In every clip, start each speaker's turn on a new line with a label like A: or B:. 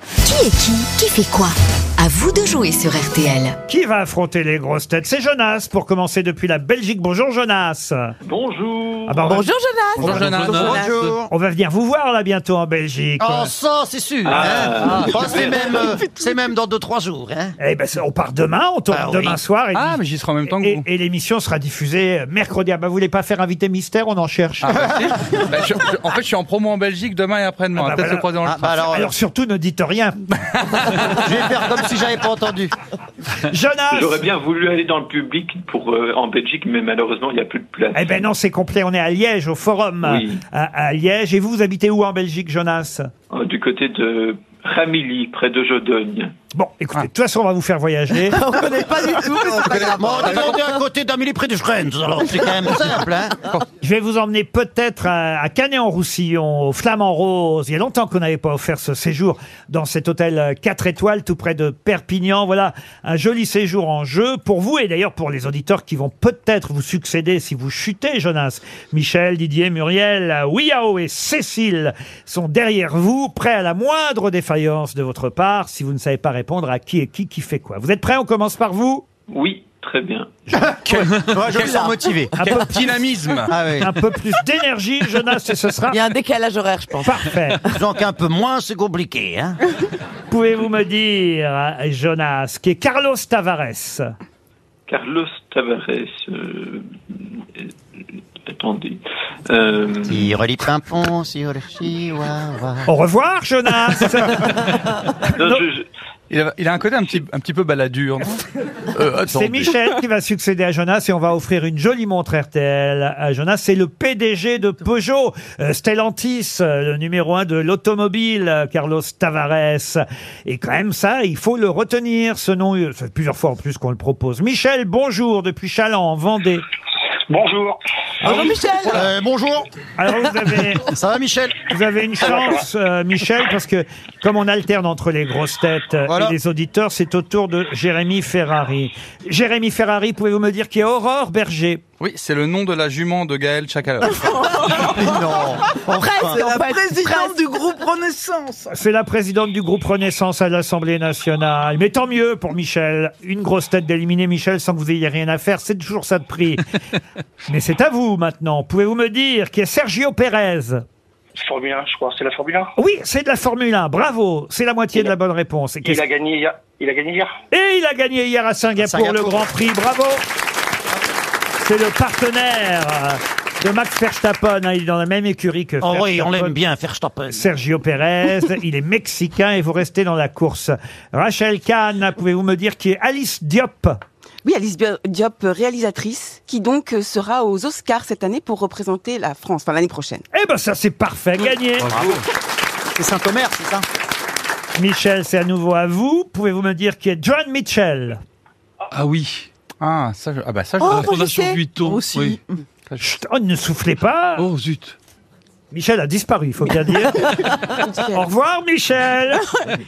A: Qui est qui Qui fait quoi À vous de jouer sur RTL.
B: Qui va affronter les grosses têtes C'est Jonas pour commencer depuis la Belgique. Bonjour Jonas.
C: Bonjour.
B: Ah bah, on, va,
D: Bonjour Jonas
E: Bonjour Jonas.
F: Bonjour.
B: on va venir vous voir là bientôt en Belgique.
F: Oh, ça, c'est sûr. hein. Oh, c'est même, euh, c'est même dans 2-3 jours. Hein.
B: Eh ben, c'est- on part demain, on tourne
F: Ah oui.
B: demain soir et,
E: Ah, mais j'y serai en même temps que
B: et-
E: vous.
B: et l'émission sera diffusée mercredi. Ah bah, vous voulez pas faire invité mystère On en cherche.
E: Ah, bah, si. Bah, je- je- en fait, je suis en promo en Belgique demain et après-demain.
B: Ah, bah,
E: Peut-être
B: voilà.
E: se croiser dans le
F: Ah,
E: train.
F: bah alors,
B: Alors surtout ne dites rien.
F: je vais faire comme si j'avais pas entendu.
G: Ah,
C: J'aurais
B: Jonas
C: bien voulu aller dans le public pour euh, en Belgique, mais malheureusement, il n'y a plus de place.
B: Eh ben non, c'est complet. On est à Liège, au Forum
C: Oui.
B: à, à Liège. Et vous, vous habitez où en Belgique, Jonas
G: ben-
C: Euh, Du côté de Ramilly, près de Jodogne.
B: Bon, écoutez, de toute façon, on va vous faire voyager.
D: On connaît pas du tout, mais c'est pas grave.
F: Bon, on est monté à côté d'Amélie près de Schrenz, alors c'est quand même simple. Hein.
B: Je vais vous emmener peut-être à, à Canet-en-Roussillon, au Flamand Rose. Il y a longtemps qu'on n'avait pas offert ce séjour dans cet hôtel 4 étoiles tout près de Perpignan. Voilà un joli séjour en jeu pour vous et d'ailleurs pour les auditeurs qui vont peut-être vous succéder si vous chutez, Jonas. Michel, Didier, Muriel, Wiao et Cécile sont derrière vous, prêts à la moindre défaillance de votre part si vous ne savez pas répondre à qui est qui qui fait quoi. Vous êtes prêts On commence par vous
C: Oui, très bien.
F: Moi, je me sens motivé.
B: un peu,
E: Dynamisme.
F: Ah oui.
B: un peu plus d'énergie, Jonas, et ce sera
D: Il y a un décalage horaire, je pense.
B: parfait.
F: Disons qu'un peu moins, c'est compliqué. Hein.
B: Pouvez-vous me dire, euh, Jonas, qui est Carlos Tavares
C: Carlos Tavares. euh, euh, attendez. Euh,
F: Si relit pimpon, si relit chihuahua.
B: Au revoir, Jonas
C: non, je-
E: Il a, il a un côté un petit, un petit peu baladur. non Euh, attendez.
B: C'est Michel qui va succéder à Jonas et on va offrir une jolie montre RTL à Jonas. C'est le PDG de Peugeot, euh, Stellantis, euh, le numéro un de l'automobile, euh, Carlos Tavares. Et quand même ça, il faut le retenir, ce nom. euh, C'est plusieurs fois en plus qu'on le propose. Michel, bonjour, depuis Chaland, en Vendée. Ah
H: Bonjour.
D: Bonjour Michel
F: Euh, bonjour,
B: Alors vous avez...
F: ça va Michel
B: Vous avez une chance, euh, Michel, parce que comme on alterne entre les grosses têtes euh,
F: Voilà.
B: et les auditeurs, c'est au tour de Jérémy Ferrari. Jérémy Ferrari, pouvez-vous me dire qui est Aurore Berger
E: Oui, c'est le nom de la jument de Gaël Chakalov.
F: Non.
D: Presque, en fait.
I: présidente du groupe Renaissance.
B: C'est la présidente du groupe Renaissance à l'Assemblée nationale. Mais tant mieux pour Michel. Une grosse tête d'éliminer Michel sans que vous ayez rien à faire, c'est toujours ça de prix. Mais c'est à vous maintenant. Pouvez-vous me dire qui est Sergio Pérez
H: Formule 1, je crois. C'est la Formule 1
B: Oui, c'est de la Formule 1. Bravo. C'est la moitié de la bonne réponse. Et
H: il
B: qu'est-ce-
H: a, gagné hier. il a gagné hier
B: Et il a gagné hier à Singapour,
F: Singapour.
B: le Grand Prix. Bravo C'est le partenaire euh, de Max Verstappen. hein. Il est dans la même écurie que
F: Oh oui, on
B: Verstappen.
F: l'aime bien, Verstappen.
B: Sergio Pérez, il est mexicain et vous restez dans la course. Rachel Kahn, pouvez-vous me dire qui est Alice Diop
J: Oui, Alice Bio- Diop, euh, réalisatrice, qui donc euh, sera aux Oscars cette année pour représenter la France, enfin l'année prochaine.
B: Eh ben ça c'est parfait, gagné.
F: C'est Saint-Omer, c'est ça
B: Michel, c'est à nouveau à vous. Pouvez-vous me dire qui est John Mitchell
E: Ah oui. Ah, ça, je- ah bah ça, je
D: Oh,
E: l'aurais.
D: moi, je sais.
I: Aussi.
F: Mm.
B: Chut, oh, ne soufflez pas.
E: Oh zut.
B: Michel a disparu, il faut bien dire. Au revoir Michel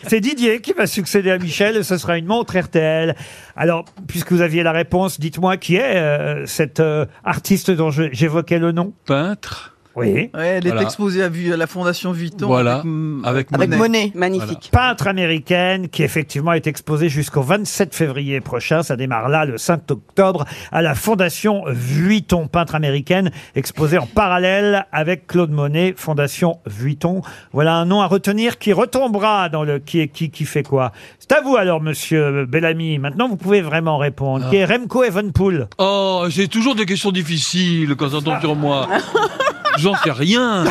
B: C'est Didier qui va succéder à Michel et ce sera une montre RTL. Alors, puisque vous aviez la réponse, dites-moi qui est euh, cette euh, artiste dont je- j'évoquais le nom
G: peintre,
B: Oui.
I: Ouais, elle
G: Voilà.
I: est exposée à, Vu- à la Fondation Vuitton.
G: Voilà,
I: hum,
G: avec
D: Avec
G: Monet.
D: Monet.
J: Magnifique.
B: Peintre américaine qui effectivement est exposée jusqu'au 27 février prochain. Ça démarre là le 5 octobre à la Fondation Vuitton. Peintre américaine exposée en parallèle avec Claude Monet, Fondation Vuitton. Voilà un nom à retenir qui retombera dans le qui est qui qui fait quoi. C'est à vous alors monsieur Bellamy. Maintenant vous pouvez vraiment répondre. Qui est
F: Ah.
B: Remco Evenpool
G: Oh, c'est toujours des questions difficiles quand ça tombe sur moi. J'en sais rien.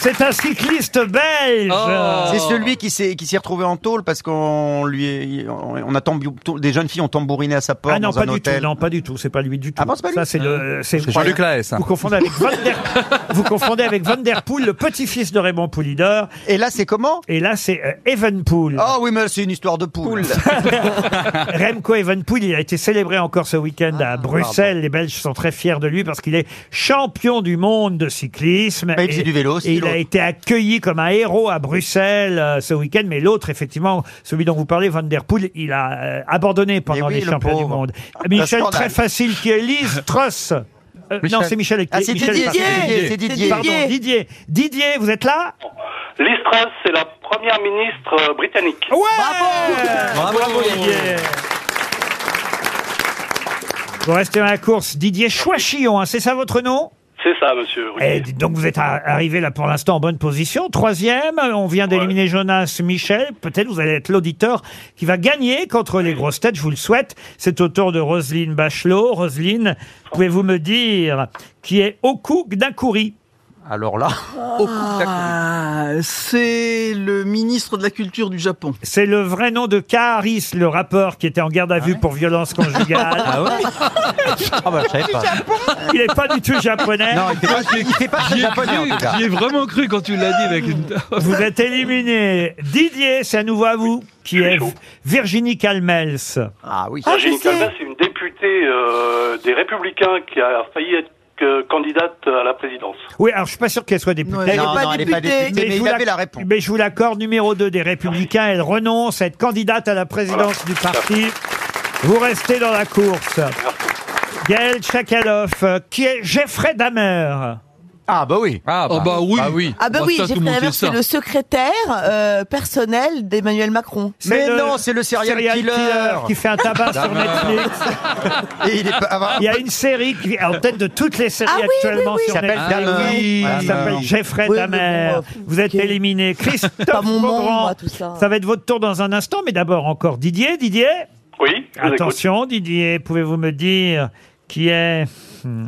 B: C'est un cycliste belge. Ah,
E: Oh.
F: C'est celui qui s'est qui s'est retrouvé en tôle parce qu'on lui est- on on a tambou- des jeunes filles ont tambouriné à sa porte
B: Ah non,
F: dans
B: pas
F: un
B: du
F: hôtel.
B: tout. Non, pas du tout. C'est pas lui du tout.
F: Ah bon, c'est pas lui
B: Ça, c'est le. C'est
E: C'est Jean-Luc Lahaye, ça.
B: Vous confondez avec Van der, vous confondez avec Van der Poel, le petit-fils de Raymond Poulidor.
F: Et là, c'est comment
B: Et là, c'est euh, Evenpool.
F: Oh oui, mais c'est une histoire de poule.
B: Remco Evenpool, il a été célébré encore ce week-end
F: Ah,
B: à Bruxelles. Les Belges sont très fiers de lui parce qu'il est champion du monde de cyclisme.
F: Mais Bah, il faisait du vélo, c'est
B: Et il
F: l'autre.
B: a été accueilli comme un héros à Bruxelles euh, ce week-end. Mais l'autre, effectivement, celui dont vous parlez, Van Der Poel, il a euh, abandonné pendant
F: oui,
B: les
F: le
B: champions du
F: pauvre.
B: monde. Michel,
F: scandale.
B: très facile, qui est Lise Truss. Euh,
E: Michel.
B: non, c'est Michel Ecquier.
F: Ah, c'est
B: Michel
F: Didier,
B: Parker.
F: Didier, c'est
D: C'est
F: Didier.
B: Pardon, Didier. Didier, vous êtes là
H: Liz Truss, c'est la première ministre euh, britannique.
B: Ouais
F: Bravo,
B: Didier. Vous restez dans la course. Didier Chouachillon, hein, c'est ça votre nom
H: C'est ça, monsieur. oui.
B: Et dites donc vous êtes a- arrivé là pour l'instant en bonne position. Troisième, on vient d'éliminer Jonas Michel. Peut-être vous allez être l'auditeur qui va gagner contre les grosses têtes, je vous le souhaite. C'est au tour de Roselyne Bachelot. Roselyne, pouvez-vous me dire qui est Oku Gdakuri
F: Alors là,
I: Au coup de la couille. c'est le ministre de la Culture du Japon.
B: C'est le vrai nom de Kaharis, le rappeur qui était en garde à vue pour violence conjugale.
F: ah bah, je savais pas.
B: Il n'est pas du tout japonais.
F: Non, il fait pas, il fait pas très
G: J'y ai
F: japonais en tout cas.
G: cru, j'y ai vraiment cru quand tu l'as dit avec une...
B: Vous êtes éliminé. Didier, c'est à nouveau à vous, qui est Virginie Calmels.
F: Ah oui.
H: Virginie Calvin, c'est une députée euh, des Républicains qui a failli être euh, candidate à la présidence.
B: Oui, alors je suis pas sûr qu'elle soit députée.
I: Non, elle est
F: Non, non,
I: pas
F: elle est pas
I: députée.
F: députée, mais,
B: je vous
F: il avait
B: la-
F: la réponse.
B: mais je vous l'accorde, numéro 2 des Républicains, elle renonce à être candidate à la présidence du parti. Vous restez dans la course. Gaël Tchakaloff, euh, qui est Geoffrey Damer.
F: Ah bah oui.
E: Ah
G: Oh bah oui.
E: Ah oui.
D: Ah bah
G: Bah,
D: oui,
G: ça, tout le monde
D: Jeffrey Damer,
G: fait ça.
D: c'est le secrétaire euh, personnel d'Emmanuel Macron.
B: C'est
F: Mais
B: le
F: non, c'est le serial,
B: serial
F: killer.
B: qui fait un tabac sur
E: Damer.
B: Netflix.
F: Et il est pas. ah,
B: Il y a une série qui est en tête de toutes les séries
D: Ah oui,
B: actuellement
D: oui, oui.
B: sur
F: Il s'appelle
B: Netflix.
F: Damer.
B: Ah oui,
F: Voilà,
B: Il s'appelle
E: Damer.
B: Geoffrey
D: Oui,
B: Damer.
D: mais bon,
B: vous êtes
D: ok.
B: éliminé.
D: Pas
B: Christophe
D: mon monde,
B: Beaugrand.
D: moi, tout ça.
B: Ça va être votre tour dans un instant, mais d'abord encore Didier. Didier
H: Oui, je vous écoute.
B: Attention, Didier, pouvez-vous me dire qui est hmm,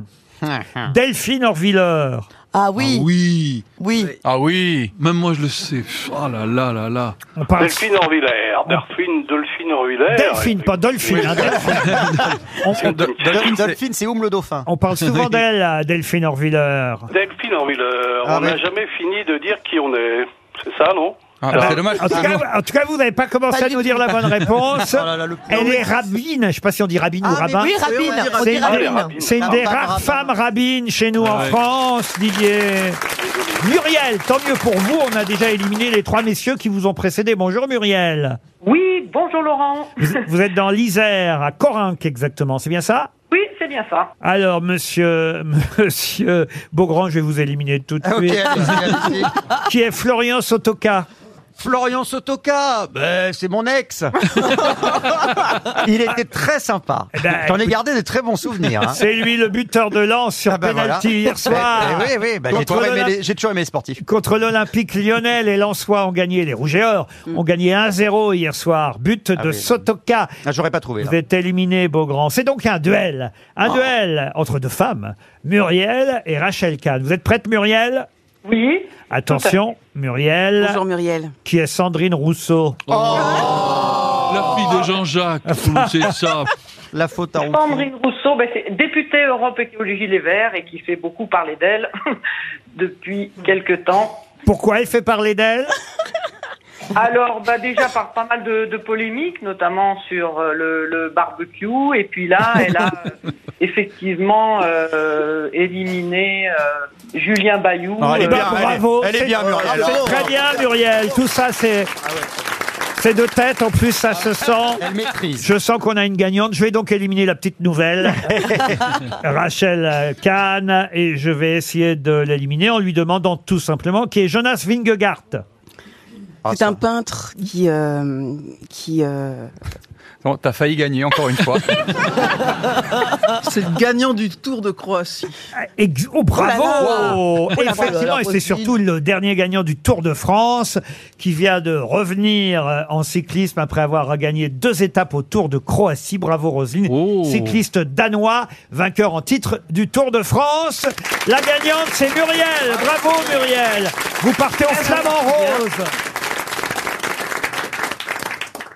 B: Delphine Orvilleur
D: Ah oui,
G: Ah
D: oui.
G: oui. Ah oui. Même moi, je le sais. Oh là là là là.
B: On parle
H: Delphine Orviller. Delphine, Delphine Orviller.
B: Ah. Delphine, pas Dolphine. hein, Delphine. on,
E: Do- Dolphine,
F: Dolphine,
E: c'est-
F: Dolphine, c'est Oum le dauphin.
B: on parle souvent d'elle, à Delphine Orvilleur.
H: Delphine Orviller.
F: Ah
H: on n'a
F: ouais.
H: jamais fini de dire qui on est. C'est ça, non
E: Ah, bah, c'est dommage.
B: En tout, cas, en tout cas, vous n'avez pas commencé
D: Pas
B: à
D: du
B: nous
D: tout.
B: dire la bonne réponse.
F: Oh là là, le
B: Elle est rabbine, je ne sais pas si on dit rabbine ou
I: Ah, mais
B: rabbin.
D: oui,
I: Oui, on va
D: Rabine,
I: dire
D: on dit
B: Rabine.
H: Ah, les
D: Rabine.
H: rabbines.
B: C'est une
F: Ah,
B: des
F: pas
B: rares
F: grave.
B: femmes rabbines chez nous en
G: ouais.
B: France, Didier. Muriel, tant mieux pour vous, on a déjà éliminé les trois messieurs qui vous ont précédé. Bonjour Muriel.
K: Oui, bonjour Laurent.
B: Vous, vous êtes dans l'Isère, à Corinque exactement, c'est bien ça
K: Oui, c'est bien ça.
B: Alors monsieur, monsieur Beaugrand, je vais vous éliminer tout de
F: Ah, ok,
B: suite.
F: allez-y, allez-y.
B: Qui est Florian Sotoka
F: Florian Sotoka, ben, c'est mon ex. il était très sympa.
B: Eh ben,
F: J'en ai
B: écoute-
F: gardé des très bons souvenirs. hein.
B: C'est lui le buteur de lance sur
F: Ah bah
B: penalty
F: voilà.
B: hier soir.
F: Eh, eh oui, oui, bah, j'ai
B: Contre
F: toujours, aimé
B: l'Olymp-
F: les- j'ai toujours aimé les sportifs.
B: Contre l'Olympique lyonnais, les Lensois ont gagné, les Rouges et Or ont gagné 1-0 hier soir. But de
F: Mm. oui.
B: Sotoka.
F: Ah, J'aurais pas trouvé. là.
B: Vous êtes éliminé, Beaugrand. C'est donc un duel.
F: Ah.
B: Un duel entre deux femmes, Muriel et Rachel Kahn. Vous êtes prête, Muriel
K: Oui.
B: Attention, Muriel,
J: Bonjour Muriel.
B: qui est Sandrine Rousseau.
G: La fille de Jean-Jacques. tout le monde sait ça.
F: La faute
B: Oh,
F: à Rousseau.
K: Sandrine Rousseau, ben, c'est députée Europe Écologie Les Verts et qui fait beaucoup parler d'elle depuis quelque temps.
B: Pourquoi elle fait parler d'elle
K: Alors, bah, déjà par pas mal de, de polémiques, notamment sur euh, le, le barbecue. Et puis là, elle a euh, effectivement euh, éliminé euh, Julien Bayou.
F: Non, Ah, elle est
K: euh,
B: Bah,
F: bien, elle est-
B: bravo.
F: elle est bien,
B: C'est-
F: Muriel.
B: Ah, C'est très bien, Muriel. Tout ça, c'est... C'est de tête, en plus, ça se sent.
F: Elle maîtrise.
B: Je sens qu'on a une gagnante. Je vais donc éliminer la petite nouvelle. Rachel Kahn. Et je vais essayer de l'éliminer en lui demandant tout simplement qui est Jonas Vingegaard.
F: Ah,
J: C'est
F: ça.
J: un peintre qui euh, qui euh,
E: Bon, T'as failli gagner encore une fois.
I: C'est le gagnant du Tour de Croatie.
B: Ex- Oh, bravo Et
I: Oh là là,
B: Effectivement,
I: la
B: et c'est surtout le dernier gagnant du Tour de France qui vient de revenir euh, en cyclisme après avoir gagné deux étapes au Tour de Croatie. Bravo Roselyne,
G: Oh.
B: cycliste danois, vainqueur en titre du Tour de France. La gagnante, c'est Muriel. Bravo Muriel. Vous partez en flamant rose.